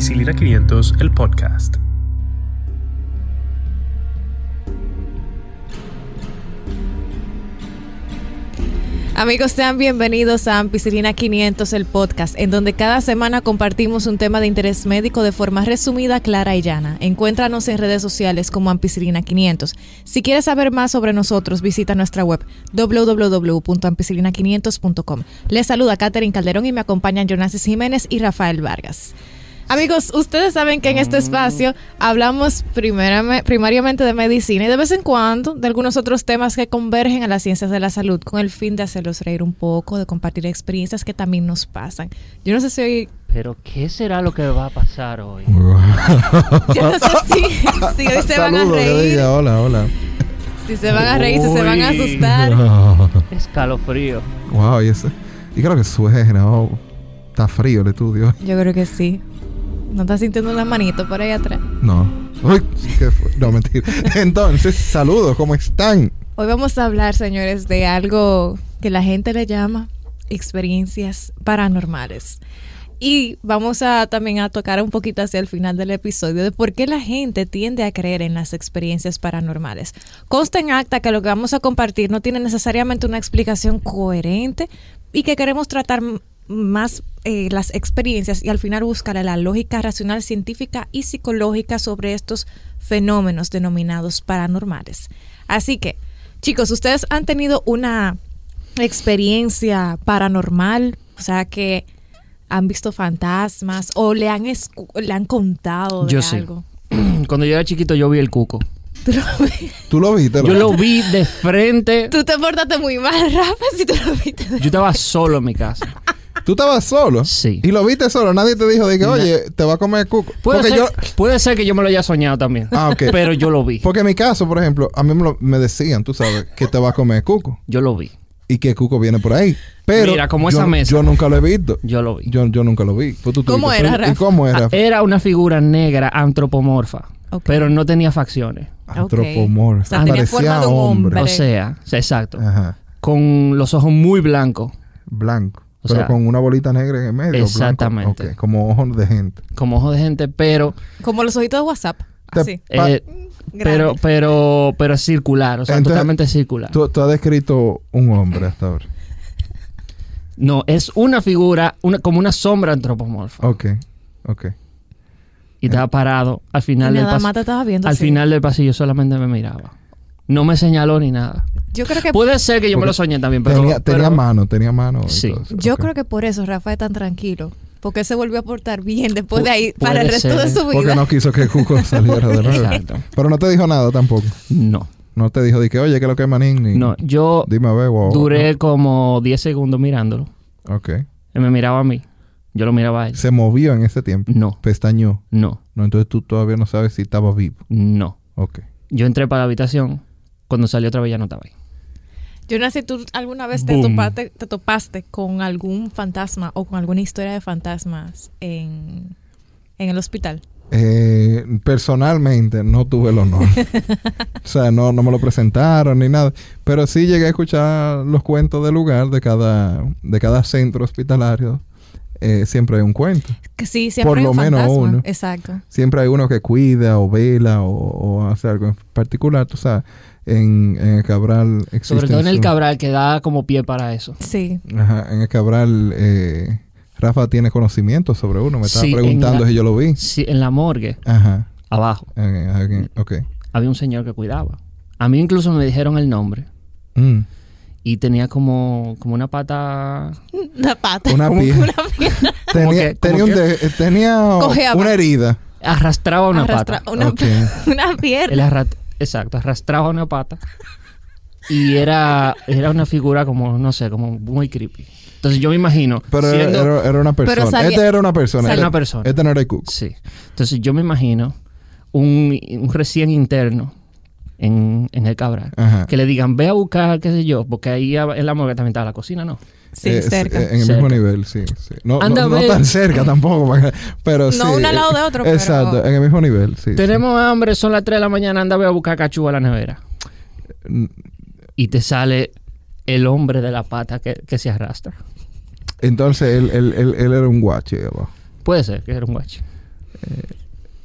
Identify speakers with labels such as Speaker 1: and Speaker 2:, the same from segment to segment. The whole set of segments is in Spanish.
Speaker 1: 500, el podcast.
Speaker 2: Amigos, sean bienvenidos a Ampicilina 500, el podcast, en donde cada semana compartimos un tema de interés médico de forma resumida, clara y llana. Encuéntranos en redes sociales como Ampicilina 500. Si quieres saber más sobre nosotros, visita nuestra web www.ampicilina500.com. Les saluda Catherine Calderón y me acompañan Jonas Jiménez y Rafael Vargas. Amigos, ustedes saben que en este espacio hablamos primerame- primariamente de medicina y de vez en cuando de algunos otros temas que convergen a las ciencias de la salud con el fin de hacerlos reír un poco, de compartir experiencias que también nos pasan. Yo no sé si hoy,
Speaker 3: Pero ¿qué será lo que va a pasar hoy?
Speaker 2: yo no sé si, si hoy se van a
Speaker 4: Saludos, que
Speaker 2: reír,
Speaker 4: diga, hola, hola.
Speaker 2: si se van a reír, si se van a
Speaker 3: Uy.
Speaker 2: asustar.
Speaker 3: Escalofrío.
Speaker 4: wow, y eso. Y creo que suena. oh, está frío el estudio.
Speaker 2: Yo creo que sí. ¿No estás sintiendo una manito por ahí atrás?
Speaker 4: No. Uy, ¿qué fue? No, mentira. Entonces, saludos, ¿cómo están?
Speaker 2: Hoy vamos a hablar, señores, de algo que la gente le llama experiencias paranormales. Y vamos a también a tocar un poquito hacia el final del episodio de por qué la gente tiende a creer en las experiencias paranormales. Consta en acta que lo que vamos a compartir no tiene necesariamente una explicación coherente y que queremos tratar m- más eh, las experiencias y al final buscar la lógica racional, científica y psicológica sobre estos fenómenos denominados paranormales. Así que, chicos, ustedes han tenido una experiencia paranormal, o sea que han visto fantasmas o le han escu- le han contado de
Speaker 5: Yo sí.
Speaker 2: algo.
Speaker 5: Cuando yo era chiquito yo vi el cuco.
Speaker 2: Tú, lo-
Speaker 4: ¿Tú lo viste?
Speaker 5: Yo lo vi de frente.
Speaker 2: tú te portaste muy mal, Rafa, si tú lo viste.
Speaker 5: Yo estaba solo en mi casa.
Speaker 4: ¿Tú estabas solo?
Speaker 5: Sí.
Speaker 4: ¿Y lo viste solo? Nadie te dijo, de que, oye, te va a comer cuco.
Speaker 5: Puede
Speaker 4: Porque
Speaker 5: ser,
Speaker 4: yo.
Speaker 5: puede ser que yo me lo haya soñado también.
Speaker 4: Ah, ok.
Speaker 5: Pero yo lo vi.
Speaker 4: Porque en mi caso, por ejemplo, a mí me, lo- me decían, tú sabes, que te va a comer cuco.
Speaker 5: Yo lo vi.
Speaker 4: Y que cuco viene por ahí. Pero.
Speaker 5: Mira, como
Speaker 4: yo-
Speaker 5: esa mesa.
Speaker 4: Yo nunca lo he visto.
Speaker 5: Yo lo vi.
Speaker 4: Yo, yo nunca lo vi. Pues tú
Speaker 2: ¿Cómo
Speaker 4: tuviste-
Speaker 2: era, eh,
Speaker 4: ¿Y
Speaker 2: Rafa?
Speaker 4: cómo era?
Speaker 5: Ah, Era una figura negra antropomorfa.
Speaker 2: Ok.
Speaker 5: Pero no tenía facciones.
Speaker 4: Antropomorfo.
Speaker 2: O sea, tenía forma de un hombre.
Speaker 5: O sea, o sea, exacto.
Speaker 4: Ajá.
Speaker 5: Con los ojos muy blancos.
Speaker 4: Blanco.
Speaker 5: O
Speaker 4: pero
Speaker 5: sea-
Speaker 4: con una bolita negra en el medio. blanco.
Speaker 5: Exactamente.
Speaker 4: Ok, Como ojos de gente.
Speaker 5: Como ojos de gente. Pero.
Speaker 2: Como los ojitos de WhatsApp.
Speaker 4: Te-
Speaker 2: Así.
Speaker 4: Pa-
Speaker 5: eh,
Speaker 2: grande.
Speaker 5: pero, pero, pero circular. O sea,
Speaker 4: Entonces,
Speaker 5: totalmente circular.
Speaker 4: Tú, tú has descrito un hombre hasta ahora.
Speaker 5: No, es una figura, una, como una sombra antropomorfa.
Speaker 4: Ok. Ok.
Speaker 5: Y estaba parado al
Speaker 2: Y
Speaker 5: final del
Speaker 2: nada
Speaker 5: pasillo.
Speaker 2: más te estaba viendo.
Speaker 5: Al
Speaker 2: así.
Speaker 5: final del pasillo solamente me miraba. No me señaló ni nada.
Speaker 2: Yo creo que
Speaker 5: Puede ser que yo me
Speaker 4: Porque
Speaker 5: lo soñé también, pero.
Speaker 4: tenía,
Speaker 5: pero-
Speaker 4: tenía mano, tenía mano. y
Speaker 5: Sí.
Speaker 4: todo eso.
Speaker 2: Yo
Speaker 4: Ok.
Speaker 2: creo que por eso Rafa es tan tranquilo. Porque él se volvió a portar bien después de ahí
Speaker 5: Pu-
Speaker 2: para el
Speaker 5: puede
Speaker 2: resto
Speaker 5: ser,
Speaker 2: de
Speaker 5: ¿eh?
Speaker 2: su vida.
Speaker 4: Porque no quiso que Cuco saliera de nuevo.
Speaker 5: Exacto.
Speaker 4: Pero no te dijo nada tampoco.
Speaker 5: No,
Speaker 4: No te dijo de que, oye, que lo que es manín. ni-
Speaker 5: no. Yo
Speaker 4: Dime a ver, wow.
Speaker 5: duré como 10 segundos mirándolo.
Speaker 4: Ok.
Speaker 5: Él me miraba a mí. Yo lo miraba a él.
Speaker 4: Se movió en ese tiempo.
Speaker 5: No,
Speaker 4: Pestañó.
Speaker 5: no,
Speaker 4: No, entonces tú todavía no sabes si estaba vivo.
Speaker 5: no.
Speaker 4: Ok.
Speaker 5: Yo entré para la habitación. Cuando salió otra vez ya no estaba ahí.
Speaker 2: Yo no sé, ¿tú alguna vez te
Speaker 5: Boom.
Speaker 2: topaste, te topaste con algún fantasma o con alguna historia de fantasmas en, en el hospital?
Speaker 4: Eh, personalmente no tuve el honor. o sea, no, no me lo presentaron ni nada. Pero sí llegué a escuchar los cuentos del lugar, de cada, de cada centro hospitalario. Eh, siempre hay un cuento.
Speaker 2: Que sí, siempre
Speaker 4: Por
Speaker 2: hay
Speaker 4: lo
Speaker 2: un
Speaker 4: menos
Speaker 2: fantasma.
Speaker 4: uno.
Speaker 2: Exacto.
Speaker 4: Siempre hay uno que cuida o vela o, o hace algo en particular. Tú sabes, en, en el Cabral existe
Speaker 5: Sobre todo en el
Speaker 4: su-
Speaker 5: Cabral, que da como pie para eso.
Speaker 2: Sí.
Speaker 4: Ajá, en el Cabral, eh, Rafa tiene conocimiento sobre uno. Me estaba
Speaker 5: Sí, en
Speaker 4: preguntando
Speaker 5: la-
Speaker 4: si yo lo vi.
Speaker 5: Sí, en la morgue,
Speaker 4: Ajá.
Speaker 5: abajo,
Speaker 4: en- en- Ok.
Speaker 5: había un señor que cuidaba. A mí incluso me dijeron el nombre.
Speaker 4: Mm.
Speaker 5: Y tenía como, como una pata
Speaker 2: Una pata.
Speaker 4: Una pija.
Speaker 2: pija.
Speaker 5: ¿Cómo
Speaker 4: Tenía,
Speaker 5: que-
Speaker 4: tenía,
Speaker 5: cómo
Speaker 4: un
Speaker 5: que?
Speaker 4: de- eh, tenía
Speaker 2: Cojeaba.
Speaker 4: una herida.
Speaker 5: Arrastraba una
Speaker 2: Arrastra-
Speaker 5: pata.
Speaker 2: una,
Speaker 4: Ok.
Speaker 2: una pierna.
Speaker 5: Él arra- Exacto, arrastraba una pata. Y era, era una figura como, no sé, como muy creepy. Entonces yo me imagino.
Speaker 4: Pero era-
Speaker 5: siendo-
Speaker 4: era, era una persona.
Speaker 2: sabía-
Speaker 4: este era una persona.
Speaker 5: Era
Speaker 4: Este-
Speaker 5: una persona.
Speaker 4: Este no era el cuco.
Speaker 5: Sí. Entonces yo me imagino un, un recién interno en, en el Cabral.
Speaker 4: Ajá.
Speaker 5: Que le digan, ve a buscar, qué sé yo, porque ahí a- en la morgue también estaba la cocina, ¿no?
Speaker 2: Sí,
Speaker 4: Eh,
Speaker 2: cerca.
Speaker 4: eh, en el
Speaker 5: Cerca.
Speaker 4: mismo nivel, sí. sí. No,
Speaker 5: Anda
Speaker 4: no-
Speaker 5: a
Speaker 4: no
Speaker 5: ver.
Speaker 4: tan cerca tampoco. para que- Pero
Speaker 2: No
Speaker 4: sí. eh,
Speaker 2: uno al lado de otro, pero-
Speaker 4: Exacto, en el mismo nivel, sí. sí.
Speaker 5: Tenemos hambre, son las 3 de la mañana, anda, ve a buscar cachú a la nevera.
Speaker 4: Mm.
Speaker 5: Y te sale el hombre de la pata que, que se arrastra.
Speaker 4: Entonces él, él, él, él era un guache. abajo.
Speaker 5: Puede ser que era un guacho.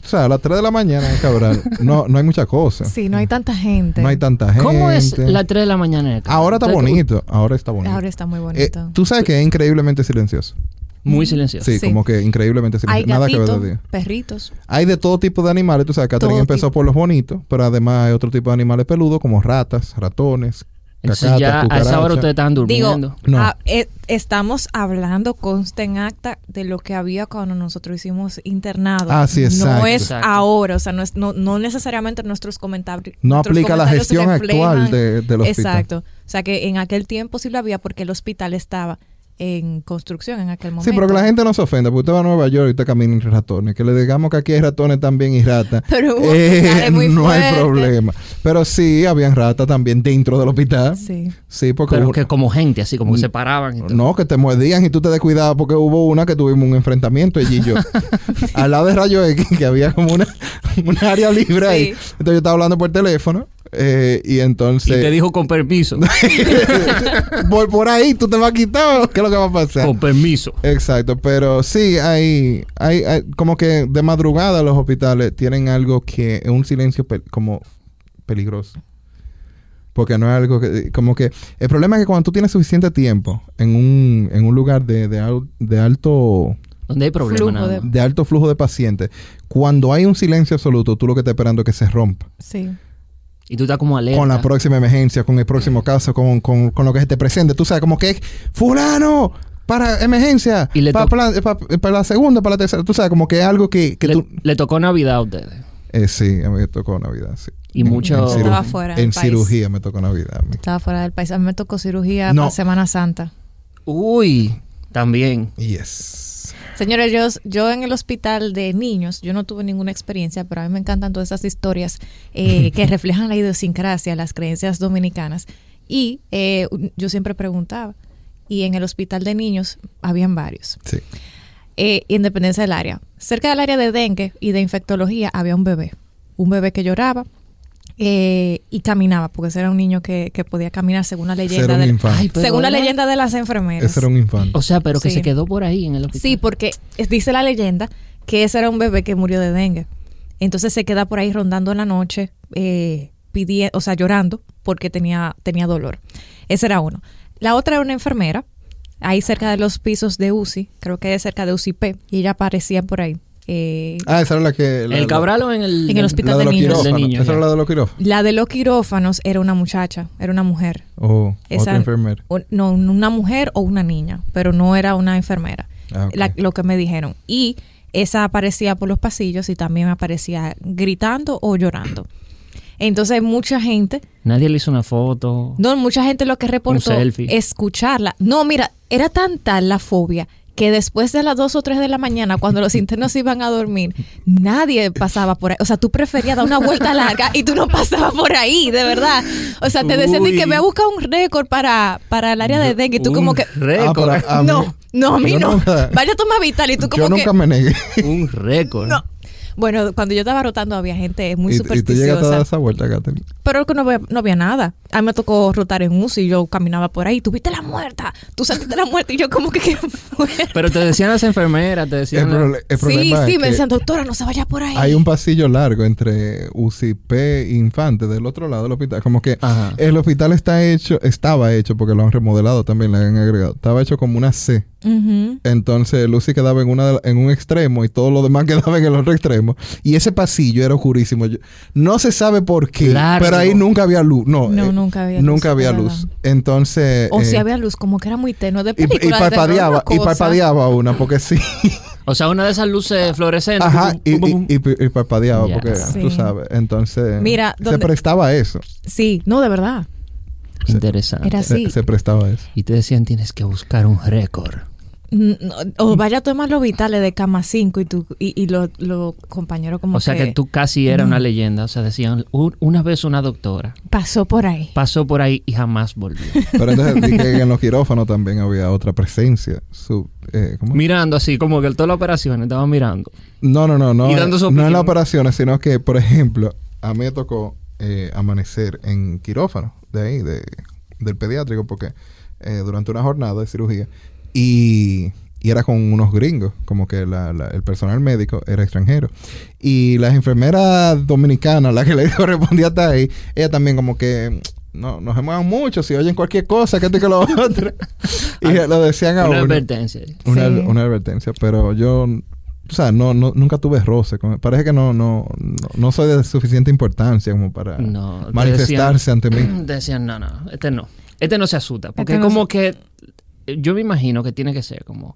Speaker 4: O sea, a las 3 de la mañana en Cabral no, no hay mucha cosa.
Speaker 2: Sí, no hay tanta gente.
Speaker 4: No hay tanta gente.
Speaker 5: ¿Cómo es la 3 de la mañana? en el carro?
Speaker 4: Ahora está
Speaker 5: Entonces,
Speaker 4: bonito. Ahora está bonito.
Speaker 2: Ahora está muy
Speaker 4: Eh,
Speaker 2: bonito.
Speaker 4: Tú sabes que es increíblemente silencioso.
Speaker 5: Muy silencioso.
Speaker 4: Sí,
Speaker 2: Sí.
Speaker 4: como que increíblemente
Speaker 2: hay
Speaker 4: silencioso. Nada que ver
Speaker 2: gatitos,
Speaker 4: de día.
Speaker 2: perritos.
Speaker 4: Hay de todo tipo de animales. Tú sabes, Catherine
Speaker 2: Todo
Speaker 4: empezó
Speaker 2: tipo.
Speaker 4: por los bonitos, pero además hay otro tipo de animales peludos como ratas, ratones,
Speaker 5: Entonces
Speaker 4: cacatas,
Speaker 5: ya a esa hora
Speaker 4: cucarachas.
Speaker 5: ustedes estaban
Speaker 2: Digo,
Speaker 5: durmiendo.
Speaker 4: No.
Speaker 2: ah, eh, estamos hablando, consta en acta, de lo que había cuando nosotros hicimos internado.
Speaker 4: Ah, sí,
Speaker 2: No
Speaker 4: exacto.
Speaker 2: es
Speaker 5: Exacto.
Speaker 2: ahora, o sea, no, es- no, no necesariamente nuestros comentarios.
Speaker 4: No
Speaker 2: nuestros
Speaker 4: aplica la
Speaker 2: comentarios
Speaker 4: gestión
Speaker 2: reflejan-
Speaker 4: actual de, del hospital.
Speaker 2: Exacto. O sea, que en aquel tiempo sí lo había porque el hospital estaba en construcción en aquel momento.
Speaker 4: Sí, pero que la gente no se ofenda, porque usted va a Nueva York y usted camina entre ratones. Que le digamos que aquí hay ratones también y ratas.
Speaker 2: Pero hubo
Speaker 4: Eh,
Speaker 2: hospitales muy
Speaker 4: no hay
Speaker 2: fuertes.
Speaker 4: problema. Pero sí, habían ratas también dentro del hospital. Sí,
Speaker 2: Sí.
Speaker 4: porque...
Speaker 5: Pero
Speaker 4: hubo-
Speaker 5: que como gente, así como que se paraban. y todo.
Speaker 4: Mm, No, que te mordían y tú te descuidabas porque hubo una que tuvimos un enfrentamiento ella y yo. Al lado de Rayo X, que había como una, un área libre ahí.
Speaker 2: Sí.
Speaker 4: Entonces yo estaba hablando por teléfono eh, y
Speaker 5: Y
Speaker 4: entonces...
Speaker 5: te dijo con permiso.
Speaker 4: por, por ahí, tú te vas a quitar. ¿Qué es lo que va a pasar?
Speaker 5: con permiso.
Speaker 4: Exacto, pero sí, hay, hay, hay- como que de madrugada los hospitales tienen algo que es un silencio pe- como peligroso. Porque no es algo que, como que, el problema es que cuando tú tienes suficiente tiempo en un, en un lugar de, de, al- de alto,
Speaker 5: Donde hay
Speaker 2: Flujo
Speaker 5: problemas.
Speaker 2: de-
Speaker 5: nada más.
Speaker 4: de alto flujo de pacientes, cuando hay un silencio absoluto, tú lo que estás esperando es que se rompa.
Speaker 2: Sí.
Speaker 5: Y tú estás como alerta.
Speaker 4: Con la próxima emergencia, con el próximo caso, con, con- con lo que se te presente. Tú sabes, como que es fulano para emergencia, eh,
Speaker 5: Y le
Speaker 4: para
Speaker 5: to-
Speaker 4: la segunda, para la tercera. Tú sabes, como que es algo que, que
Speaker 5: le,
Speaker 4: tú...
Speaker 5: le tocó Navidad a ustedes.
Speaker 4: Eh, sí, a mí me tocó Navidad, sí.
Speaker 5: Y
Speaker 4: En-
Speaker 5: mucho-
Speaker 4: En, ciru-
Speaker 2: Estaba fuera del
Speaker 4: en
Speaker 2: país.
Speaker 4: cirugía me tocó Navidad. a mí.
Speaker 2: Estaba fuera del país. A mí me tocó cirugía
Speaker 4: No.
Speaker 2: para Semana Santa.
Speaker 5: Uy, también.
Speaker 4: Yes.
Speaker 2: Señores, yo, yo en el hospital de niños, yo no tuve ninguna experiencia, pero a mí me encantan todas esas historias eh, que reflejan la idiosincrasia, las creencias dominicanas. Y eh, un- yo siempre preguntaba, y en el hospital de niños habían varios,
Speaker 4: Sí.
Speaker 2: eh, independencia del área. Cerca del área de dengue y de infectología había un bebé, un bebé que lloraba eh, y caminaba, porque ese era un niño que, que podía caminar según la
Speaker 4: Ese era
Speaker 2: leyenda,
Speaker 4: un
Speaker 2: del,
Speaker 4: infante.
Speaker 5: Ay, pero
Speaker 2: según la
Speaker 5: era-
Speaker 2: leyenda de las enfermeras.
Speaker 4: Ese era un infante.
Speaker 5: O sea, pero que
Speaker 2: Sí.
Speaker 5: se quedó por ahí en el hospital.
Speaker 2: Sí, porque es- dice la leyenda que ese era un bebé que murió de dengue. Entonces se queda por ahí rondando en la noche, eh, pidie- o sea, llorando porque tenía, tenía dolor. Ese era uno. La otra era una enfermera, ahí cerca de los pisos de UCI, creo que cerca de UCIP, y ella aparecía por ahí. eh,
Speaker 4: ah, esa era la que... la-
Speaker 5: ¿El
Speaker 4: la-
Speaker 5: Cabral o en el,
Speaker 2: En el
Speaker 4: La,
Speaker 2: hospital
Speaker 4: de
Speaker 2: de
Speaker 4: los
Speaker 2: niños.
Speaker 4: quirófanos.
Speaker 5: De niños,
Speaker 4: esa
Speaker 5: ya.
Speaker 4: era la de los quirófanos.
Speaker 2: La de los quirófanos era una muchacha, era una mujer.
Speaker 4: Oh,
Speaker 2: Esa-
Speaker 4: otra enfermera.
Speaker 2: o- no, una mujer o una niña, pero no era una enfermera.
Speaker 4: Ah, ok.
Speaker 2: la- lo que me dijeron. Y esa aparecía por los pasillos y también aparecía gritando o llorando. Entonces mucha gente,
Speaker 5: Nadie le hizo una foto.
Speaker 2: no, mucha gente lo que reportó
Speaker 5: selfie.
Speaker 2: escucharla. No, mira, era tanta la fobia que después de las 2 o 3 de la mañana, cuando los internos iban a dormir, nadie pasaba por ahí. O sea, tú preferías dar una vuelta larga y tú no pasabas por ahí, de verdad. O sea, te decían de que
Speaker 5: Uy.
Speaker 2: me a buscar un récord para, para el área de dengue y tú
Speaker 5: Un
Speaker 2: como que...
Speaker 4: Ah,
Speaker 5: récord.
Speaker 4: pero a- a mí-
Speaker 2: No, no, a mí
Speaker 4: yo
Speaker 2: no.
Speaker 4: nunca-
Speaker 2: Vaya toma vital y tú como
Speaker 4: Yo
Speaker 2: que...
Speaker 4: nunca me negué.
Speaker 5: un récord.
Speaker 2: No. Bueno, cuando yo estaba rotando había gente muy
Speaker 4: y, y tú llegas a
Speaker 2: supersticiosa.
Speaker 4: dar esa vuelta, Catherine.
Speaker 2: pero que no había, no había nada. A mí me tocó rotar en UCI y yo caminaba por ahí. Tuviste la muerta. Tú sentiste la muerta y yo como que... ¿qué muerta?
Speaker 5: Pero te decían las enfermeras, te decían...
Speaker 4: El,
Speaker 5: la-
Speaker 4: prole- el
Speaker 2: sí,
Speaker 4: problema
Speaker 2: sí,
Speaker 4: es
Speaker 2: me
Speaker 4: que
Speaker 2: decían, doctora, no se vaya por ahí.
Speaker 4: hay un pasillo largo entre UCP e Infante del otro lado del hospital. Como que
Speaker 5: Ajá.
Speaker 4: el hospital está hecho, estaba hecho, porque lo han remodelado también, le han agregado. Estaba hecho como una C.
Speaker 2: Ujú.
Speaker 4: Entonces Lucy quedaba en, una de la- en un extremo y todo lo demás quedaba en el otro extremo. Y ese pasillo era oscurísimo. Yo- no se sabe por qué,
Speaker 5: Largo.
Speaker 4: pero ahí nunca había luz. No,
Speaker 2: No,
Speaker 4: eh,
Speaker 2: nunca había
Speaker 4: nunca
Speaker 2: luz,
Speaker 4: había
Speaker 2: es
Speaker 4: luz.
Speaker 2: verdad.
Speaker 4: Entonces...
Speaker 2: O si
Speaker 4: eh,
Speaker 2: había luz, como que era muy tenue de
Speaker 4: y, y
Speaker 2: película. de terror, una
Speaker 4: parpadeaba, y
Speaker 2: cosa.
Speaker 4: parpadeaba una, porque sí.
Speaker 5: O sea, una de esas luces fluorescentes.
Speaker 4: Ajá, y,
Speaker 5: pum, pum,
Speaker 4: y,
Speaker 5: pum, pum.
Speaker 4: y, y parpadeaba,
Speaker 5: Ya.
Speaker 4: porque
Speaker 2: Sí.
Speaker 4: tú sabes. Entonces,
Speaker 2: Mira,
Speaker 4: se
Speaker 2: donde-
Speaker 4: prestaba a eso.
Speaker 2: Sí, no, de verdad.
Speaker 5: Interesante.
Speaker 2: Era así.
Speaker 4: Se, se prestaba a eso.
Speaker 5: Y te decían, tienes que buscar un récord.
Speaker 2: Mm, no, O vaya a tomar los vitales de cama 5 y, tú, y, y los los compañeros como
Speaker 5: O sea que tú casi era
Speaker 2: Mm.
Speaker 5: una leyenda. O sea, decían, "Un- una vez una doctora
Speaker 2: Pasó por ahí.
Speaker 5: pasó por ahí y jamás volvió.
Speaker 4: Pero entonces dije que en los quirófanos también había otra presencia. Su, eh, ¿cómo?
Speaker 5: mirando así, como que toda la operación estaba mirando.
Speaker 4: No, no, no, no.
Speaker 5: Y dando su
Speaker 4: no en
Speaker 5: opinión.
Speaker 4: las operaciones, sino que, por ejemplo, a mí me tocó eh, amanecer en quirófano de ahí, de, del pediátrico, porque eh, durante una jornada de cirugía. Y, y era con unos gringos, como que la- la- el personal médico era extranjero. Y las enfermeras dominicanas, la que le correspondía hasta ahí, ella también como que no, no se muevan mucho, si oyen cualquier cosa, que esto y que lo otro. y lo decían a
Speaker 5: Una
Speaker 4: uno.
Speaker 5: advertencia.
Speaker 4: Una,
Speaker 2: Sí.
Speaker 4: una advertencia, pero yo, o sea, no, no, nunca tuve roce. con- parece que no, no, no, no soy de suficiente importancia como para
Speaker 5: No, te
Speaker 4: manifestarse ante mí.
Speaker 5: Te decían, no, no, este no. Este no se asusta. Porque
Speaker 2: Este no
Speaker 5: como que. eh, Yo me imagino que tiene que ser como.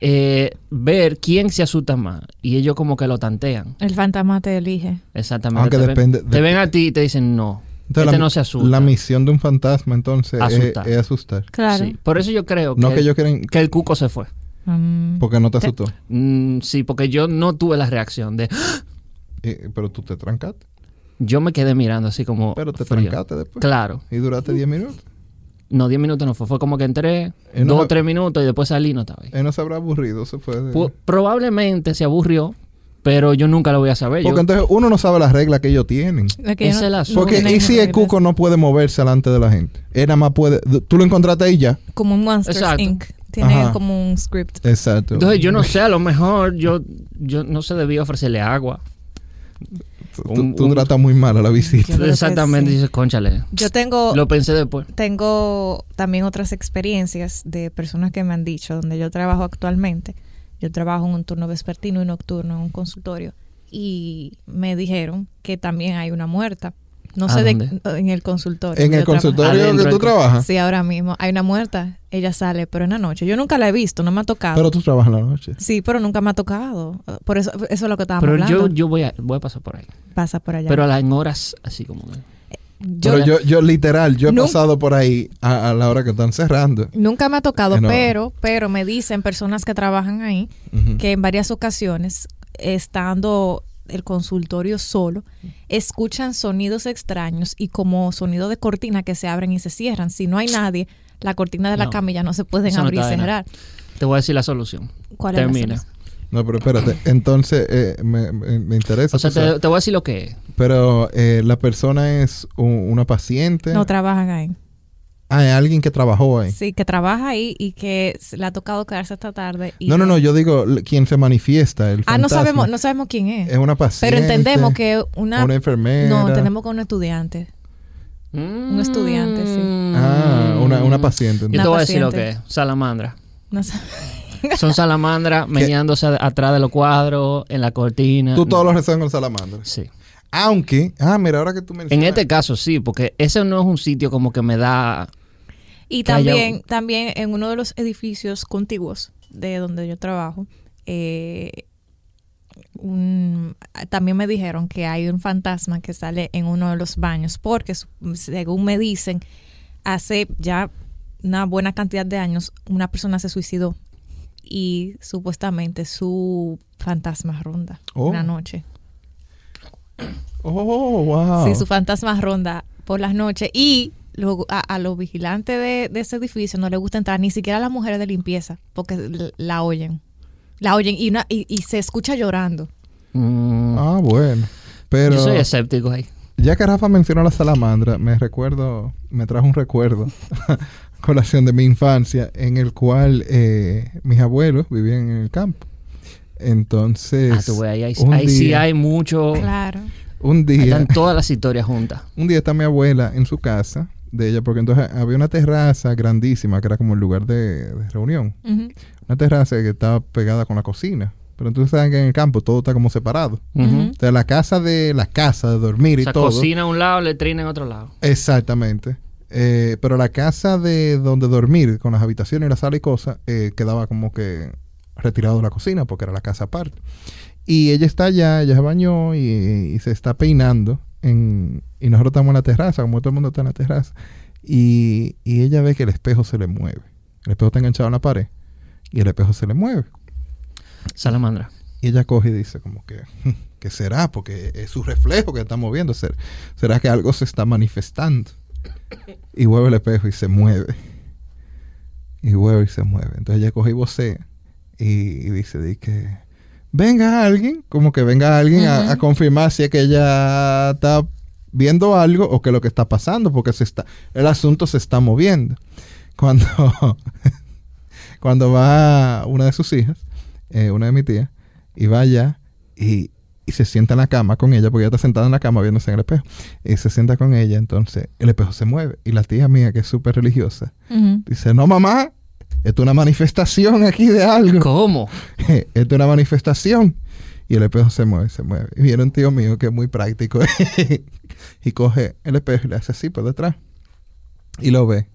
Speaker 5: eh, ver quién se asusta más. Y ellos como que lo tantean.
Speaker 2: El fantasma te elige.
Speaker 5: Exactamente.
Speaker 4: Aunque
Speaker 5: te
Speaker 4: depende-
Speaker 5: Ven, te ven a ti y te dicen, no.
Speaker 4: Entonces,
Speaker 5: este
Speaker 4: la,
Speaker 5: no se asusta.
Speaker 4: La misión de un fantasma, entonces, es-
Speaker 5: Asustar.
Speaker 4: Es, asustar.
Speaker 2: Claro.
Speaker 5: Sí. Por eso yo creo que,
Speaker 4: No que ellos quieren...
Speaker 5: que el cuco se fue.
Speaker 2: Mm.
Speaker 4: Porque no te asustó.
Speaker 5: Mm, sí, porque yo no tuve la reacción de. ¡Ah!
Speaker 4: Eh, pero tú te trancaste.
Speaker 5: Yo me quedé mirando así como.
Speaker 4: Pero te
Speaker 5: Oh, frío.
Speaker 4: trancaste pues. después.
Speaker 5: Claro.
Speaker 4: Y duraste 10 minutos.
Speaker 5: No, 10 minutos no fue. Fue como que entré,
Speaker 4: Eh, no
Speaker 5: dos o
Speaker 4: me-
Speaker 5: tres minutos y después salí y no estaba ahí.
Speaker 4: Él no se habrá aburrido, se fue. de-
Speaker 5: Pu- probablemente se aburrió, pero yo nunca lo voy a saber. Yo-
Speaker 4: Porque entonces uno no sabe las reglas que ellos tienen.
Speaker 2: Es que
Speaker 5: Ese
Speaker 2: no-
Speaker 5: el asunto.
Speaker 4: Porque, E
Speaker 2: tienen
Speaker 4: ¿y si el
Speaker 2: reglas.
Speaker 4: cuco no puede moverse delante de la gente? Él nada más puede... Tú lo encontraste ahí ya.
Speaker 2: Como un Monsters
Speaker 5: Exacto.
Speaker 2: Inc. Tiene
Speaker 4: Ajá.
Speaker 2: como un script.
Speaker 4: Exacto.
Speaker 5: entonces yo no sé, a lo mejor yo, yo no se debía ofrecerle agua.
Speaker 4: Tú,
Speaker 5: Un-
Speaker 4: tú
Speaker 5: un-
Speaker 4: tratas muy mal a la visita.
Speaker 2: Yo creo que
Speaker 5: Exactamente,
Speaker 2: sí.
Speaker 5: dices, conchale.
Speaker 2: Yo tengo,
Speaker 5: Lo pensé después.
Speaker 2: tengo también otras experiencias de personas que me han dicho, donde yo trabajo actualmente. Yo trabajo en un turno vespertino y nocturno en un consultorio. Y me dijeron que también hay una muerta. No
Speaker 5: ¿A
Speaker 2: sé de-
Speaker 5: dónde?
Speaker 2: en el consultorio.
Speaker 4: Ah, En
Speaker 2: donde yo
Speaker 4: el
Speaker 2: trabajo. Ah,
Speaker 4: consultorio
Speaker 5: Adentro
Speaker 4: que tú
Speaker 5: del-
Speaker 4: trabajas.
Speaker 2: Sí, ahora mismo. Hay una muerta. Ella sale, pero en la noche. Yo nunca la he visto, no me ha tocado.
Speaker 4: Pero tú trabajas en la noche.
Speaker 2: sí, pero nunca me ha tocado. Por eso, eso es lo que estábamos
Speaker 5: Pero yo,
Speaker 2: hablando.
Speaker 5: yo voy, a, voy a pasar por ahí.
Speaker 2: Pasa por allá.
Speaker 5: Pero a las en horas así como... de-
Speaker 2: Yo-
Speaker 4: Pero yo, yo literal, yo he
Speaker 2: Nunca-
Speaker 4: pasado por ahí a, a la hora que están cerrando.
Speaker 2: Nunca me ha tocado,
Speaker 4: Eh, no.
Speaker 2: pero, pero me dicen personas que trabajan ahí
Speaker 4: Ujú.
Speaker 2: que en varias ocasiones, estando el consultorio solo, escuchan sonidos extraños y como sonido de cortina que se abren y se cierran. Si no hay nadie, la cortina de la
Speaker 5: No.
Speaker 2: cama ya no se pueden
Speaker 5: Eso no
Speaker 2: abrir y
Speaker 5: está de
Speaker 2: cerrar.
Speaker 5: nada. Te voy a decir la solución.
Speaker 2: ¿Cuál es la
Speaker 5: Termina.
Speaker 2: solución?
Speaker 4: No, pero espérate. Entonces, eh, me, me- me interesa.
Speaker 5: o sea,
Speaker 4: tú sabes.
Speaker 5: te, te voy a decir lo que es.
Speaker 4: Pero eh, la persona es u- una paciente.
Speaker 2: No trabajan ahí.
Speaker 4: ah, es alguien que trabajó ahí.
Speaker 2: Sí, que trabaja ahí y que se- le ha tocado quedarse hasta tarde. y-
Speaker 4: No, no, no. Yo digo l- quien se manifiesta. El
Speaker 2: Ah, no
Speaker 4: fantasma.
Speaker 2: sabemos, no sabemos quién es.
Speaker 4: Es una paciente.
Speaker 2: pero entendemos que una...
Speaker 4: Una enfermera.
Speaker 2: no, entendemos que un estudiante.
Speaker 5: Un
Speaker 2: estudiante, sí.
Speaker 4: Ah, una,
Speaker 2: Mm.
Speaker 4: una paciente.
Speaker 5: Mm. Yo
Speaker 2: Una
Speaker 5: te voy a decir lo que
Speaker 2: paciente.
Speaker 5: es. Salamandra.
Speaker 2: No sabemos.
Speaker 5: Son salamandras meneándose a- atrás de los cuadros, en la cortina.
Speaker 4: Tú todos los rezan con salamandras.
Speaker 5: Sí.
Speaker 4: Aunque. Ah, mira, ahora que tú mencionas.
Speaker 5: En este caso sí, porque ese no es un sitio como que me da...
Speaker 2: Y
Speaker 5: Que haya
Speaker 2: también,
Speaker 5: un-
Speaker 2: también en uno de los edificios contiguos de donde yo trabajo, eh, un- también me dijeron que hay un fantasma que sale en uno de los baños, porque su- según me dicen, hace ya una buena cantidad de años una persona se suicidó y supuestamente su fantasma ronda
Speaker 4: Oh.
Speaker 2: una noche.
Speaker 4: Oh, wow.
Speaker 2: Sí, su fantasma ronda por las noches. Y luego a, a los vigilantes de, de ese edificio no les gusta entrar, ni siquiera a las mujeres de limpieza, porque l- la oyen. La oyen y, una- y, y se escucha llorando.
Speaker 5: Mm,
Speaker 4: Ah, bueno. Pero
Speaker 5: Yo soy escéptico ahí.
Speaker 4: ya que Rafa mencionó la salamandra, me recuerdo, me trajo un recuerdo, colación de mi infancia, en el cual eh, mis abuelos vivían en el campo. Entonces,
Speaker 5: Ah, tú, güey, ahí, ahí-
Speaker 4: un,
Speaker 5: ahí sí
Speaker 4: día,
Speaker 5: hay
Speaker 4: Oh.
Speaker 5: mucho...
Speaker 2: Claro.
Speaker 4: un
Speaker 5: ahí
Speaker 4: día,
Speaker 5: están todas las historias juntas.
Speaker 4: un día está mi abuela en su casa de ella, porque entonces había una terraza grandísima que era como el lugar de- de reunión
Speaker 2: Ujú.
Speaker 4: una terraza que estaba pegada con la cocina. Pero entonces saben que en el campo todo está como separado.
Speaker 2: Ujú.
Speaker 5: Ujú.
Speaker 4: O sea, la casa de la casa de dormir
Speaker 5: O
Speaker 4: y
Speaker 5: sea,
Speaker 4: todo.
Speaker 5: cocina a un lado, letrina en otro lado.
Speaker 4: Exactamente. Eh, pero la casa de donde dormir, con las habitaciones y la sala y cosas, eh, quedaba como que retirado de la cocina porque era la casa aparte. Y ella está allá, ella se bañó y, y se está peinando. en- y nosotros estamos en la terraza, como todo el mundo está en la terraza. Y, y ella ve que el espejo se le mueve. El espejo está enganchado en la pared y el espejo se le mueve.
Speaker 5: Salamandra.
Speaker 4: Y ella coge y dice como que, ¿qué será? Porque es su reflejo que está moviendo. ¿Será, será que algo se está manifestando? Y vuelve el espejo y se mueve. Y vuelve y se mueve. Entonces ella coge y vocea y, y dice, di que venga alguien, como que venga alguien a-
Speaker 2: Ujú.
Speaker 4: a, confirmar si es que ella está viendo algo o que lo que está pasando, porque se está, el asunto se está moviendo. Cuando, cuando va una de sus hijas, eh, una de mi tía, y va allá y, y se sienta en la cama con ella, porque ella está sentada en la cama viéndose en el espejo, y se sienta con ella, entonces el espejo se mueve. Y la tía mía, que es súper religiosa,
Speaker 2: Ujú.
Speaker 4: dice, no mamá, esto es una manifestación aquí de algo.
Speaker 5: ¿Cómo?
Speaker 4: esto es una manifestación. Y el espejo se mueve, se mueve. Y viene un tío mío que es muy práctico y coge el espejo y le hace así por detrás. Y lo ve.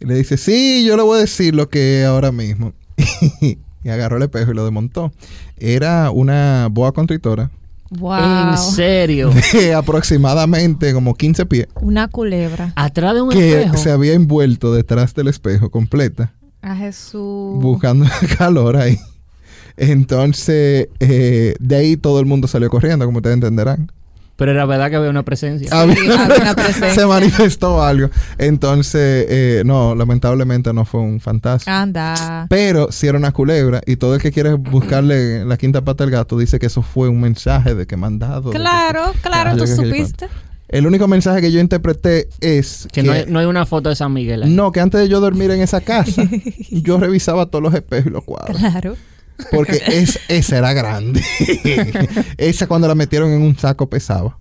Speaker 4: Y le dice, sí, yo le voy a decir lo que es ahora mismo. y agarró el espejo y lo desmontó. Era una boa constrictora
Speaker 2: Wow.
Speaker 5: En serio.
Speaker 4: de aproximadamente como 15 pies
Speaker 2: Una culebra.
Speaker 5: Atrás de un
Speaker 4: que
Speaker 5: espejo.
Speaker 4: se había envuelto detrás del espejo completa.
Speaker 2: A Jesús.
Speaker 4: buscando calor ahí. Entonces, eh, de ahí todo el mundo salió corriendo, como ustedes entenderán.
Speaker 5: Pero era verdad que había una presencia.
Speaker 4: Había-
Speaker 2: había una presencia.
Speaker 4: se manifestó algo. Entonces, eh, no, lamentablemente no fue un fantasma.
Speaker 2: Anda.
Speaker 4: Pero si era una culebra y todo el que quiere buscarle la quinta pata al gato dice que eso fue un mensaje de que mandado. de que-
Speaker 2: Claro, claro, tú
Speaker 4: Yo creo que-
Speaker 2: supiste.
Speaker 4: El único mensaje que yo interpreté es
Speaker 5: Que no hay, no hay una foto de San Miguel ahí.
Speaker 4: no, que antes de yo dormir en esa casa, yo revisaba todos los espejos y los cuadros.
Speaker 2: Claro.
Speaker 4: Porque es, esa era grande. esa cuando la metieron en un saco pesaba.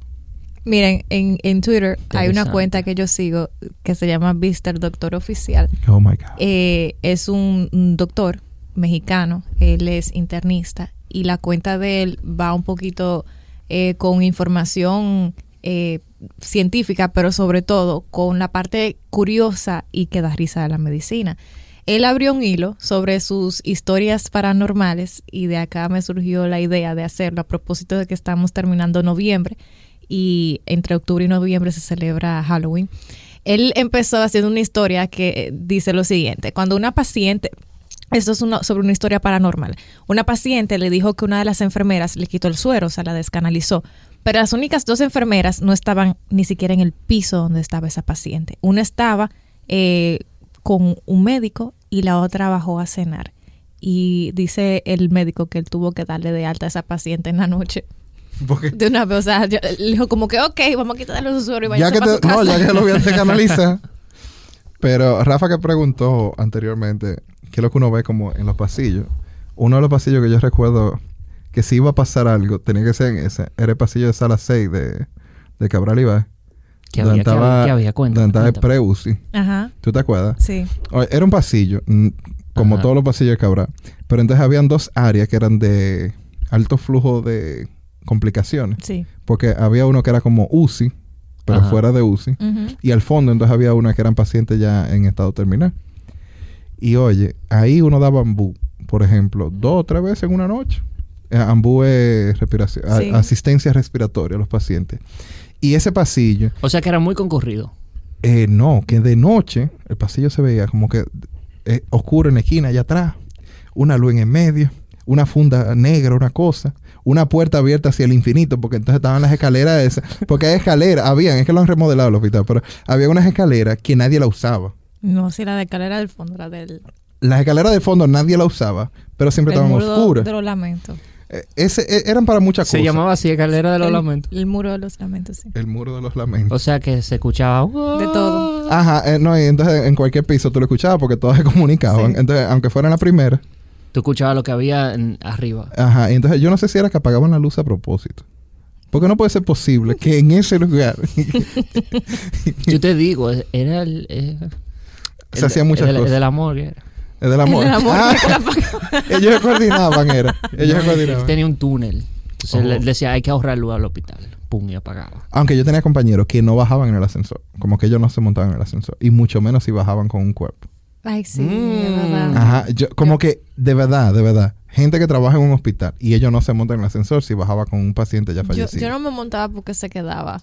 Speaker 2: Miren, en, en Twitter hay una
Speaker 5: Interesante.
Speaker 2: cuenta que yo sigo que se llama Mr. Doctor Oficial.
Speaker 4: Oh my God.
Speaker 2: Eh, es un, un doctor mexicano, él es internista y la cuenta de él va un poquito eh, con información eh, científica, pero sobre todo con la parte curiosa y que da risa de la medicina. Él abrió un hilo sobre sus historias paranormales y de acá me surgió la idea de hacerlo a propósito de que estamos terminando noviembre y entre octubre y noviembre se celebra Halloween. Él empezó haciendo una historia que eh, dice lo siguiente, cuando una paciente, esto es una- sobre una historia paranormal, una paciente le dijo que una de las enfermeras le quitó el suero, o sea, la descanalizó, pero las únicas dos enfermeras no estaban ni siquiera en el piso donde estaba esa paciente. Una estaba eh, con un médico y la otra bajó a cenar. Y dice el médico que él tuvo que darle de alta a esa paciente en la noche.
Speaker 4: Porque
Speaker 2: De una vez, o sea, yo- le dijo como que, ok, vamos a quitarle los usuarios y
Speaker 4: ya
Speaker 2: váyanse
Speaker 4: que,
Speaker 2: pa' su
Speaker 4: te- no,
Speaker 2: casa".
Speaker 4: ya que lo voy a hacer canaliza. Pero Rafa que preguntó anteriormente qué es lo que uno ve como en los pasillos. Uno de los pasillos que yo recuerdo que si iba a pasar algo, tenía que ser en ese. Era el pasillo de sala 6 de, de Cabral Ibar.
Speaker 5: ¿Qué había? ¿Qué había? ¿Qué había? Cuéntame,
Speaker 4: donde estaba el
Speaker 5: cuéntame.
Speaker 4: pre-UCI.
Speaker 2: Ajá,
Speaker 4: ¿Tú te acuerdas?
Speaker 2: sí.
Speaker 4: O- Era un pasillo, mm, como
Speaker 5: Ajá.
Speaker 4: todos los pasillos de Cabral. Pero entonces habían dos áreas que eran de alto flujo de complicaciones.
Speaker 2: Sí.
Speaker 4: Porque había uno que era como UCI, pero
Speaker 5: Ajá.
Speaker 4: fuera de UCI.
Speaker 2: Ujú.
Speaker 4: Y al fondo entonces había una que eran pacientes ya en estado terminal. Y oye, ahí uno daba ambú, por ejemplo, dos o tres veces en una noche. Eh, Ambú es respiración, a-
Speaker 2: Sí.
Speaker 4: asistencia respiratoria a los pacientes. Y ese pasillo
Speaker 5: O sea que era muy concurrido.
Speaker 4: eh, no, que de noche el pasillo se veía como que eh, oscuro en la esquina allá atrás, una luz en el medio, una funda negra, una cosa, una puerta abierta hacia el infinito, porque entonces estaban las escaleras esas, porque hay escaleras, habían, es que lo han remodelado el hospital, pero había unas escaleras que nadie la usaba.
Speaker 2: No, si la de escalera del fondo, la del,
Speaker 4: Las escaleras de fondo nadie la usaba, pero siempre
Speaker 2: del
Speaker 4: estaban
Speaker 2: muro
Speaker 4: oscuras.
Speaker 2: de los lamentos.
Speaker 4: Eh, ese, eh, eran para muchas
Speaker 5: Se
Speaker 4: cosas.
Speaker 5: llamaba así, escalera de los
Speaker 2: el,
Speaker 5: lamentos.
Speaker 2: El muro de los lamentos, sí.
Speaker 4: El muro de los lamentos.
Speaker 5: O sea que se escuchaba.
Speaker 2: De todo.
Speaker 4: Ajá, eh, no, y entonces en cualquier piso tú lo escuchabas porque todas se comunicaban.
Speaker 2: Sí.
Speaker 4: Entonces, aunque fuera en la primera,
Speaker 5: Tú escuchabas lo que había en- arriba.
Speaker 4: Ajá, y entonces yo no sé si era que apagaban la luz a propósito. Porque no puede ser posible que en ese lugar
Speaker 5: Yo te digo, e-, era el. eh,
Speaker 4: se
Speaker 5: el-
Speaker 4: hacían muchas
Speaker 5: el,
Speaker 4: cosas.
Speaker 5: El, del amor que era.
Speaker 4: El del amor.
Speaker 2: El amor
Speaker 4: Ah,
Speaker 2: que la apagaba.
Speaker 4: ellos se coordinaban, era. Ellos se
Speaker 5: No, él- él
Speaker 4: coordinaban.
Speaker 5: tenía un túnel. Entonces
Speaker 4: Oh.
Speaker 5: le- decía, hay que ahorrar luz al hospital. Pum, y apagaba.
Speaker 4: Aunque yo tenía compañeros que no bajaban en el ascensor. Como que ellos no se montaban en el ascensor. Y mucho menos si bajaban con un cuerpo.
Speaker 2: Ay, sí,
Speaker 5: Mm.
Speaker 2: es verdad.
Speaker 4: Ajá, yo, como que de verdad, de verdad. Gente que trabaja en un hospital y ellos no se montan en el ascensor si bajaba con un paciente ya
Speaker 2: Yo,
Speaker 4: fallecido.
Speaker 2: yo no me montaba porque se quedaba.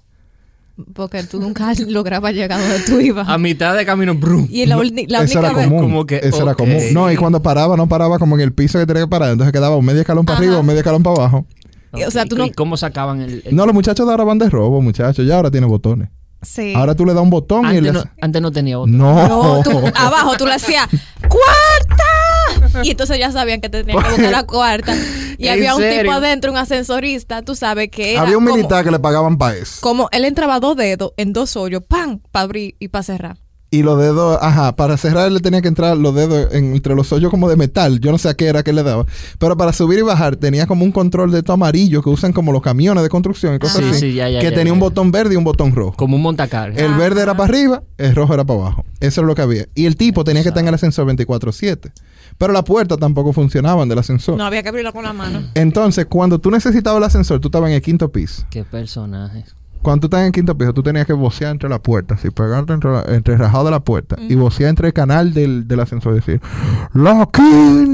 Speaker 2: Porque tú nunca lograbas llegar donde tú ibas.
Speaker 5: A mitad de camino, brum.
Speaker 2: Y la, ulti- la única
Speaker 4: eso era
Speaker 2: vez-
Speaker 4: común.
Speaker 5: como que,
Speaker 4: eso era
Speaker 5: ok.
Speaker 4: común. No, y cuando paraba, no paraba como en el piso que tenía que parar. Entonces quedaba un medio escalón para
Speaker 2: Ajá.
Speaker 4: arriba, un medio escalón para abajo.
Speaker 2: O sea,
Speaker 5: Ok,
Speaker 2: tú no-
Speaker 5: ¿Y cómo sacaban el. el-
Speaker 4: No, los muchachos de ahora van de robo, muchachos. Ya ahora tiene botones.
Speaker 2: Sí.
Speaker 4: Ahora tú le das un botón y
Speaker 5: antes,
Speaker 4: le
Speaker 5: no,
Speaker 4: hace-
Speaker 5: antes no tenía otro.
Speaker 4: No.
Speaker 2: No, tú, abajo tú le hacías ¡Cuarta! Y entonces ya sabían que te tenían que buscar la
Speaker 4: Pues,
Speaker 2: cuarta. Y
Speaker 5: ¿En
Speaker 2: había un tipo
Speaker 5: serio?
Speaker 2: adentro, un ascensorista, tú sabes que era
Speaker 4: Había un
Speaker 2: como-
Speaker 4: militar que le pagaban para eso.
Speaker 2: Como él entraba dos dedos en dos hoyos, ¡pam! Para abrir y para cerrar.
Speaker 4: Y Y los dedos, ajá, para cerrar le tenía que entrar los dedos en- entre los hoyos como de metal. Yo no sé a qué era que le daba. Pero para subir y bajar tenía como un control de esto amarillo que usan como los camiones de construcción y cosas
Speaker 5: Sí,
Speaker 4: así.
Speaker 5: Ah, sí, ya, ya,
Speaker 4: que
Speaker 5: ya,
Speaker 4: tenía
Speaker 5: ya.
Speaker 4: un botón verde y un botón rojo.
Speaker 5: Como un montacargas.
Speaker 4: El
Speaker 2: Ah.
Speaker 4: verde era para arriba, el rojo era para abajo. Eso es lo que había. Y el tipo tenía que estar en el ascensor 24-7. Pero la puerta tampoco funcionaban del ascensor.
Speaker 2: No, había que abrirlo con la mano.
Speaker 4: Entonces, cuando tú necesitabas el ascensor, tú estabas en el quinto piso.
Speaker 5: Qué personaje.
Speaker 4: Cuando tú estás en el quinto piso, tú tenías que vocear entre las puertas, así, pegarte entre, la- entre el rajado de la puerta y vocear entre el canal del, del ascensor y decir, ¡La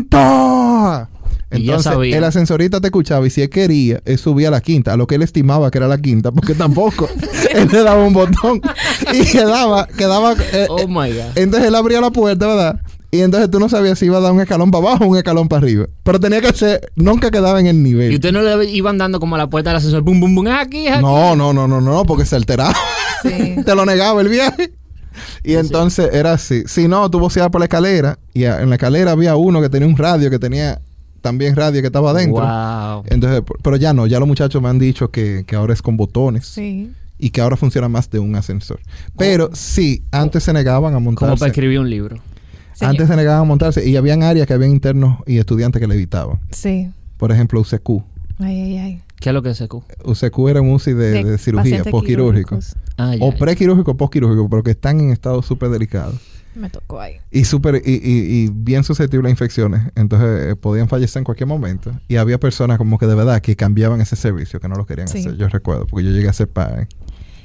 Speaker 4: quinta!
Speaker 5: Y ya
Speaker 4: Entonces,
Speaker 5: sabía.
Speaker 4: el ascensorista te escuchaba y si él quería, él subía a la quinta, a lo que él estimaba que era la quinta, porque tampoco. él le daba un botón y quedaba, quedaba. eh,
Speaker 5: Oh my God.
Speaker 4: entonces él abría la puerta, ¿verdad? Y entonces tú no sabías si iba a dar un escalón para abajo o un escalón para arriba. Pero tenía que ser, nunca quedaba en el nivel.
Speaker 5: Y ustedes no le iban dando como a la puerta del ascensor, bum, bum, bum, aquí, aquí.
Speaker 4: eh. No, no, no, no, no, porque se alteraba.
Speaker 2: Sí.
Speaker 4: Te lo negaba el viaje. Y entonces era así. Si no, tú voceabas por la escalera. Y a- en la escalera había uno que tenía un radio, que tenía también radio que estaba adentro.
Speaker 5: Wow.
Speaker 4: Entonces, p- pero ya no, ya los muchachos me han dicho que, que ahora es con botones
Speaker 2: Sí.
Speaker 4: y que ahora funciona más de un ascensor. Pero sí, antes se negaban a
Speaker 5: Como para
Speaker 4: montarse.
Speaker 5: escribir un libro.
Speaker 2: Señor.
Speaker 4: Antes se negaban a montarse y habían áreas que habían internos y estudiantes que le evitaban.
Speaker 2: Sí.
Speaker 4: Por ejemplo, UCQ.
Speaker 2: Ay, ay, ay.
Speaker 5: ¿Qué es lo que es SQ?
Speaker 4: UCQ era un UCI de, de cirugía,
Speaker 2: pacientes
Speaker 4: postquirúrgico.
Speaker 2: quirúrgicos.
Speaker 5: Ah, ya,
Speaker 4: o
Speaker 5: ya.
Speaker 4: prequirúrgico o postquirúrgico, pero que están en estado súper delicado
Speaker 2: Me tocó ahí.
Speaker 4: y súper y, y- y bien susceptible a infecciones. Entonces eh, podían fallecer en cualquier momento. Y había personas como que de verdad que cambiaban ese servicio, que no lo querían
Speaker 2: Sí.
Speaker 4: hacer. Yo recuerdo, porque yo llegué a ser padre.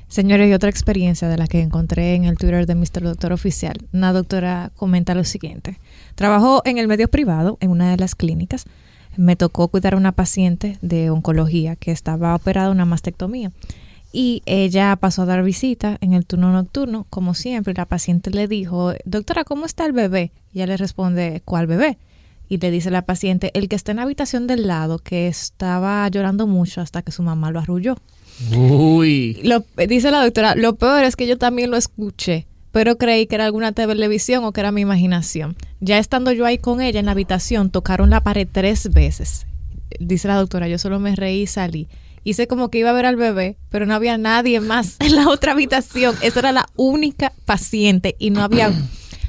Speaker 2: Señores, y otra experiencia de la que encontré en el Twitter de Mr. Doctor Oficial. Una doctora comenta lo siguiente. Trabajó en el medio privado, en una de las clínicas. Me tocó cuidar a una paciente de oncología que estaba operada de una mastectomía. Y ella pasó a dar visita en el turno nocturno, como siempre. La paciente le dijo, doctora, ¿cómo está el bebé? Y ella le responde, ¿cuál bebé? Y le dice la paciente, el que está en la habitación del lado, que estaba llorando mucho hasta que su mamá lo arrulló.
Speaker 5: Uy.
Speaker 2: Lo- dice la doctora, lo peor es que yo también lo escuché, pero creí que era alguna televisión o que era mi imaginación. Ya estando yo ahí con ella en la habitación, tocaron la pared tres veces. Dice la doctora, yo solo me reí y salí. Hice como que iba a ver al bebé, pero no había nadie más en la otra habitación. Esa era la única paciente y no había,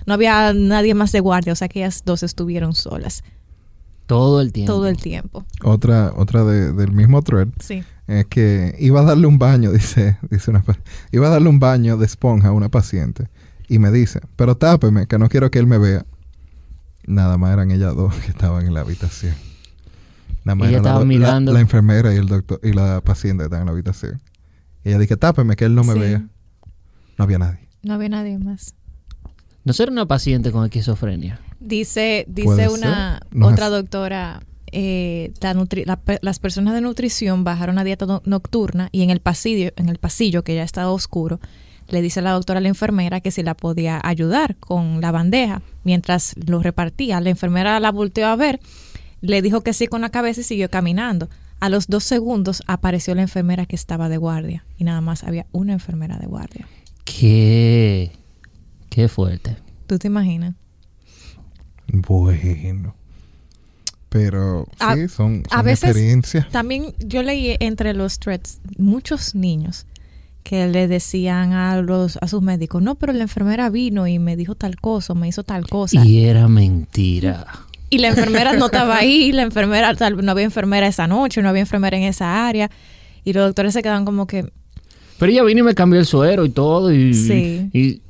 Speaker 2: no había nadie más de guardia, o sea que ellas dos estuvieron solas
Speaker 5: Todo el tiempo.
Speaker 2: todo el tiempo.
Speaker 4: Otra, otra de- del mismo thread
Speaker 2: Sí.
Speaker 4: es que iba a darle un baño, dice, dice una pa- iba a darle un baño de esponja a una paciente. Y me dice, pero tápeme, que no quiero que él me vea. Nada más eran ellas dos que estaban en la habitación. Nada más
Speaker 5: Ella
Speaker 4: era la
Speaker 5: estaba
Speaker 4: do- la,
Speaker 5: mirando.
Speaker 4: la enfermera y el doctor y la paciente que estaban en la habitación. Y ella dice, tápeme, que él no me
Speaker 2: Sí.
Speaker 4: vea. No había nadie.
Speaker 2: No había nadie más.
Speaker 5: No ser una paciente con esquizofrenia.
Speaker 2: Dice,
Speaker 4: Puede
Speaker 2: dice una
Speaker 4: ser. No es
Speaker 2: otra
Speaker 4: así.
Speaker 2: doctora, eh, la nutri- la pe- las personas de nutrición bajaron a dieta no- nocturna y en el pasillo, en el pasillo que ya estaba oscuro, le dice la doctora a la enfermera que si la podía ayudar con la bandeja mientras lo repartía. La enfermera la volteó a ver, le dijo que sí con la cabeza y siguió caminando. A los dos segundos apareció la enfermera que estaba de guardia y nada más había una enfermera de guardia.
Speaker 5: Qué. Qué fuerte.
Speaker 2: ¿Tú te imaginas?
Speaker 4: Bueno. Pero
Speaker 2: A-
Speaker 4: sí, son,
Speaker 2: a
Speaker 4: son
Speaker 2: veces-
Speaker 4: experiencias.
Speaker 2: También yo leí entre los threads muchos niños que le decían a los a sus médicos, no, pero la enfermera vino y me dijo tal cosa, o me hizo tal cosa. Y,
Speaker 5: y era mentira.
Speaker 2: la enfermera no estaba ahí, la enfermera, tal, no había enfermera esa noche, no había enfermera en esa área. Y los doctores se quedan como que...
Speaker 5: Pero ella vino y me cambió el suero y todo. Y,
Speaker 2: Sí.
Speaker 5: y-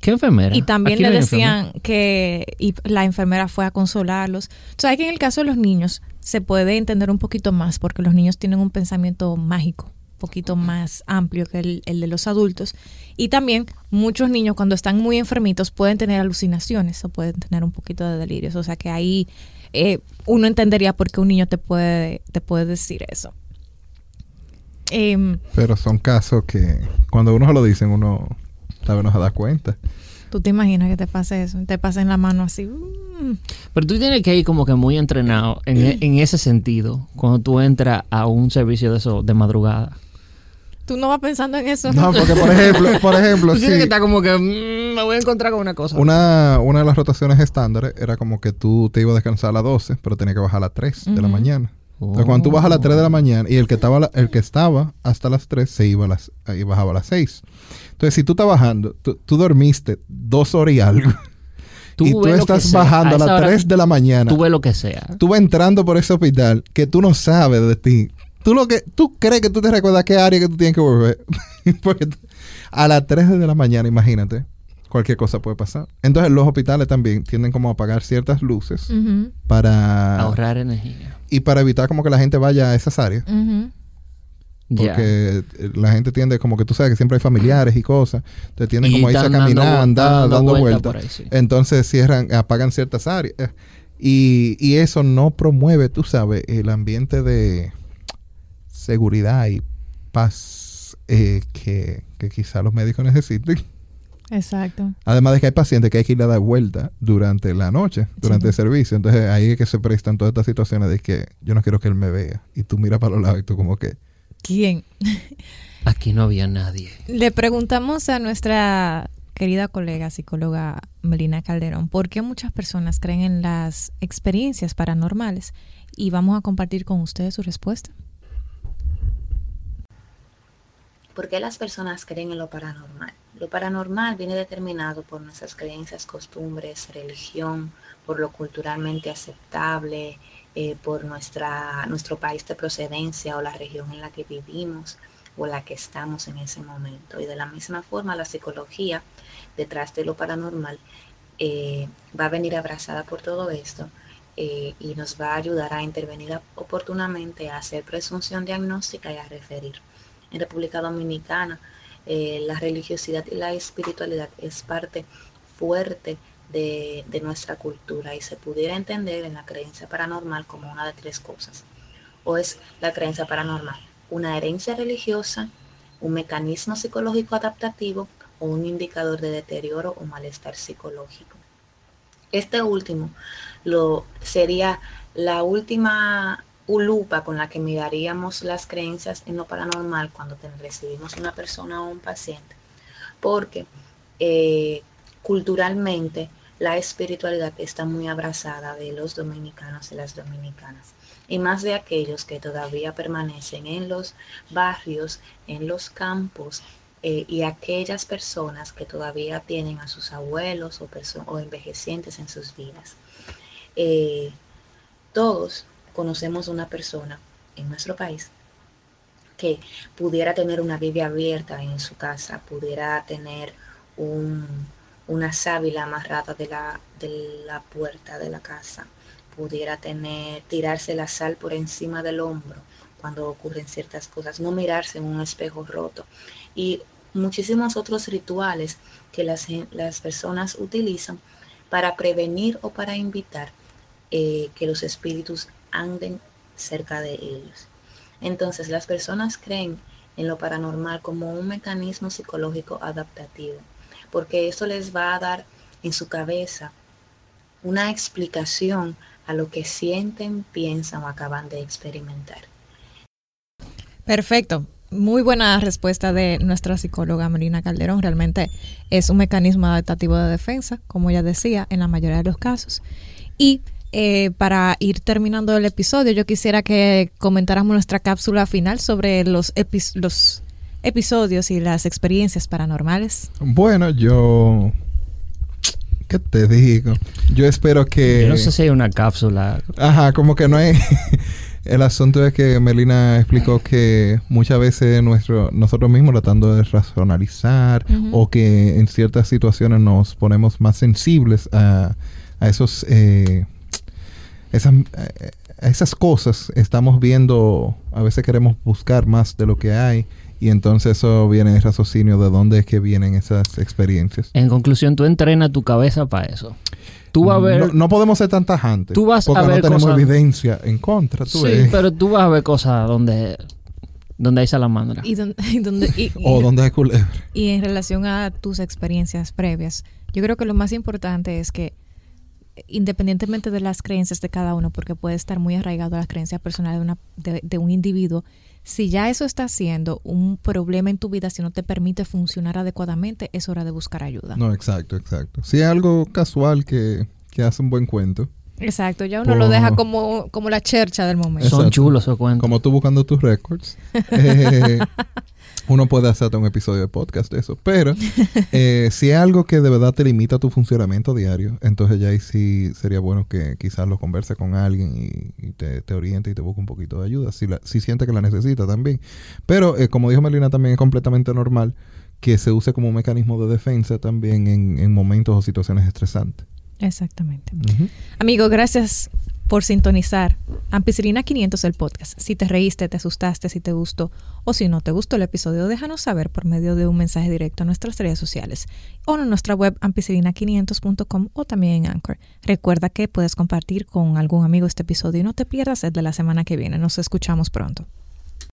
Speaker 5: ¿Qué enfermera?
Speaker 2: Y también
Speaker 5: Aquí no
Speaker 2: le
Speaker 5: hay enfermera.
Speaker 2: decían que y la enfermera fue a consolarlos. O sea, que en el caso de los niños se puede entender un poquito más porque los niños tienen un pensamiento mágico, un poquito más amplio que el, el de los adultos. Y también muchos niños cuando están muy enfermitos pueden tener alucinaciones o pueden tener un poquito de delirios. O sea, que ahí eh, uno entendería por qué un niño te puede, te puede decir eso. Em,
Speaker 4: Pero son casos que cuando uno se lo dicen, uno tal vez no se da cuenta.
Speaker 2: ¿Tú te imaginas que te pase eso? Te pasen la mano así. mm.
Speaker 5: Pero tú tienes que ir como que muy entrenado en, e- en ese sentido cuando tú entras a un servicio de eso de madrugada.
Speaker 2: Tú no vas pensando en eso.
Speaker 4: No, porque por ejemplo, por ejemplo,
Speaker 5: Tú tienes que
Speaker 4: sí,
Speaker 5: estar como que "Mm, me voy a encontrar con una cosa.
Speaker 4: una, una de las rotaciones estándar era como que tú te ibas a descansar a las 12, pero tenías que bajar a las 3 de la
Speaker 2: Ujú.
Speaker 4: mañana. Entonces, cuando tú vas a las 3 de la mañana y el que estaba, a la- el que estaba hasta las 3 se iba a las, y bajaba a las 6. Entonces, si tú estás bajando, tú, tú dormiste dos horas y algo. y tú
Speaker 5: ves lo que
Speaker 4: estás
Speaker 5: sea.
Speaker 4: bajando a
Speaker 5: esa
Speaker 4: las
Speaker 5: hora
Speaker 4: 3 de la mañana.
Speaker 5: Tú ves lo que sea.
Speaker 4: tú vas entrando por ese hospital que tú no sabes de ti. Tú lo que tú crees que tú te recuerdas qué área que tú tienes que volver. Porque tú- a las 3 de la mañana, imagínate, cualquier cosa puede pasar. Entonces, los hospitales también tienden como a apagar ciertas luces
Speaker 2: Ujú,
Speaker 4: para
Speaker 5: Ahorrar energía.
Speaker 4: y para evitar como que la gente vaya a esas áreas.
Speaker 2: ujú.
Speaker 5: Ya.
Speaker 4: Porque eh, la gente tiende como que tú sabes que siempre hay familiares y cosas. Entonces tienden
Speaker 5: Y
Speaker 4: como a irse a
Speaker 5: están dando
Speaker 4: caminar,
Speaker 5: vu-
Speaker 4: andar,
Speaker 5: dando
Speaker 4: dando,
Speaker 5: vuelta
Speaker 4: vueltas.
Speaker 5: por ahí, sí.
Speaker 4: Entonces cierran, apagan ciertas áreas. Eh, Y, y eso no promueve, tú sabes, el ambiente de seguridad y paz eh, que, que quizá los médicos necesiten.
Speaker 2: Exacto.
Speaker 4: Además de que hay pacientes que hay que ir a dar vuelta durante la noche, durante
Speaker 2: Sí.
Speaker 4: el servicio. Entonces ahí es que se prestan todas estas situaciones de que yo no quiero que él me vea. Y tú miras para los lados y tú como que...
Speaker 2: ¿Quién?
Speaker 5: Aquí no había nadie.
Speaker 2: Le preguntamos a nuestra querida colega psicóloga Melina Calderón por qué muchas personas creen en las experiencias paranormales y vamos a compartir con ustedes su respuesta.
Speaker 1: ¿Por qué las personas creen en lo paranormal? Lo paranormal viene determinado por nuestras creencias, costumbres, religión, por lo culturalmente aceptable, eh, por nuestra, nuestro país de procedencia o la región en la que vivimos o la que estamos en ese momento. Y de la misma forma, la psicología detrás de lo paranormal eh, va a venir abrazada por todo esto eh, y nos va a ayudar a intervenir oportunamente, a hacer presunción diagnóstica y a referir en República Dominicana. eh, la religiosidad y la espiritualidad es parte fuerte de, de nuestra cultura y se pudiera entender en la creencia paranormal como una de tres cosas. O es la creencia paranormal, una herencia religiosa, un mecanismo psicológico adaptativo o un indicador de deterioro o malestar psicológico. Este último lo, sería la última lupa con la que miraríamos las creencias en lo paranormal cuando te- recibimos una persona o un paciente, porque eh, culturalmente la espiritualidad está muy abrazada de los dominicanos y las dominicanas, y más de aquellos que todavía permanecen en los barrios, en los campos, eh, y aquellas personas que todavía tienen a sus abuelos o, perso- o envejecientes en sus vidas. Eh, todos conocemos una persona en nuestro país que pudiera tener una Biblia abierta en su casa, pudiera tener un- una sábila amarrada de la, de la puerta de la casa, pudiera tener, tirarse la sal por encima del hombro cuando ocurren ciertas cosas, no mirarse en un espejo roto y muchísimos otros rituales que las, gen- las personas utilizan para prevenir o para invitar eh, que los espíritus anden cerca de ellos. Entonces las personas creen en lo paranormal como un mecanismo psicológico adaptativo, porque eso les va a dar en su cabeza una explicación a lo que sienten, piensan o acaban de experimentar.
Speaker 2: Perfecto. Muy buena respuesta de nuestra psicóloga Melina Calderón. Realmente es un mecanismo adaptativo de defensa, como ella decía, en la mayoría de los casos. Y eh, para ir terminando el episodio, yo quisiera que comentáramos nuestra cápsula final sobre los, epi- los episodios y las experiencias paranormales.
Speaker 4: Bueno, yo... ¿Qué te digo? Yo espero que...
Speaker 5: Yo no sé si hay una cápsula.
Speaker 4: Ajá, como que no hay... El asunto es que Melina explicó que muchas veces nuestro, nosotros mismos tratando de racionalizar
Speaker 2: Ujú.
Speaker 4: o que en ciertas situaciones nos ponemos más sensibles a, a esos... eh, esas, eh, a esas cosas estamos viendo, a veces queremos buscar más de lo que hay y entonces eso viene el raciocinio de dónde es que vienen esas experiencias.
Speaker 5: En conclusión, tú entrenas tu cabeza para eso. Tú vas a ver.
Speaker 4: no, no podemos ser tan tajantes.
Speaker 5: Tú vas a
Speaker 4: porque no
Speaker 5: ver
Speaker 4: tenemos
Speaker 5: cosas-
Speaker 4: evidencia en contra. Tú
Speaker 5: sí,
Speaker 4: ves.
Speaker 5: pero tú vas a ver cosas donde, donde hay salamandra.
Speaker 2: Y, don- y donde- y-
Speaker 4: O
Speaker 2: y-
Speaker 4: donde hay culebra.
Speaker 2: Y en relación a tus experiencias previas, yo creo que lo más importante es que independientemente de las creencias de cada uno, porque puede estar muy arraigado a las creencias personales de, una- de- de un individuo, si ya eso está siendo un problema en tu vida, si no te permite funcionar adecuadamente, es hora de buscar ayuda.
Speaker 4: No, exacto, exacto. Si es algo casual que, que hace un buen cuento,
Speaker 2: Exacto, ya uno
Speaker 4: Por-
Speaker 2: lo deja como, como la chercha del momento.
Speaker 4: Eso.
Speaker 5: Son
Speaker 4: Exacto.
Speaker 5: chulos esos cuentos.
Speaker 4: Como tú buscando tus récords, eh, uno puede hacerte un episodio de podcast de eso. Pero eh, si es algo que de verdad te limita tu funcionamiento diario, entonces ya ahí sí sería bueno que quizás lo converse con alguien y, y te, te oriente y te busque un poquito de ayuda, si, la, si siente que la necesita también. Pero eh, como dijo Melina, también es completamente normal que se use como un mecanismo de defensa también en, en momentos o situaciones estresantes.
Speaker 2: Exactamente.
Speaker 4: Ujú.
Speaker 2: Amigo, gracias por sintonizar Ampicilina 500 el podcast. Si te reíste, te asustaste, si te gustó o si no te gustó el episodio, déjanos saber por medio de un mensaje directo a nuestras redes sociales o en nuestra web ampicilina500.com o también en Anchor. Recuerda que puedes compartir con algún amigo este episodio y no te pierdas el de la semana que viene. Nos escuchamos pronto.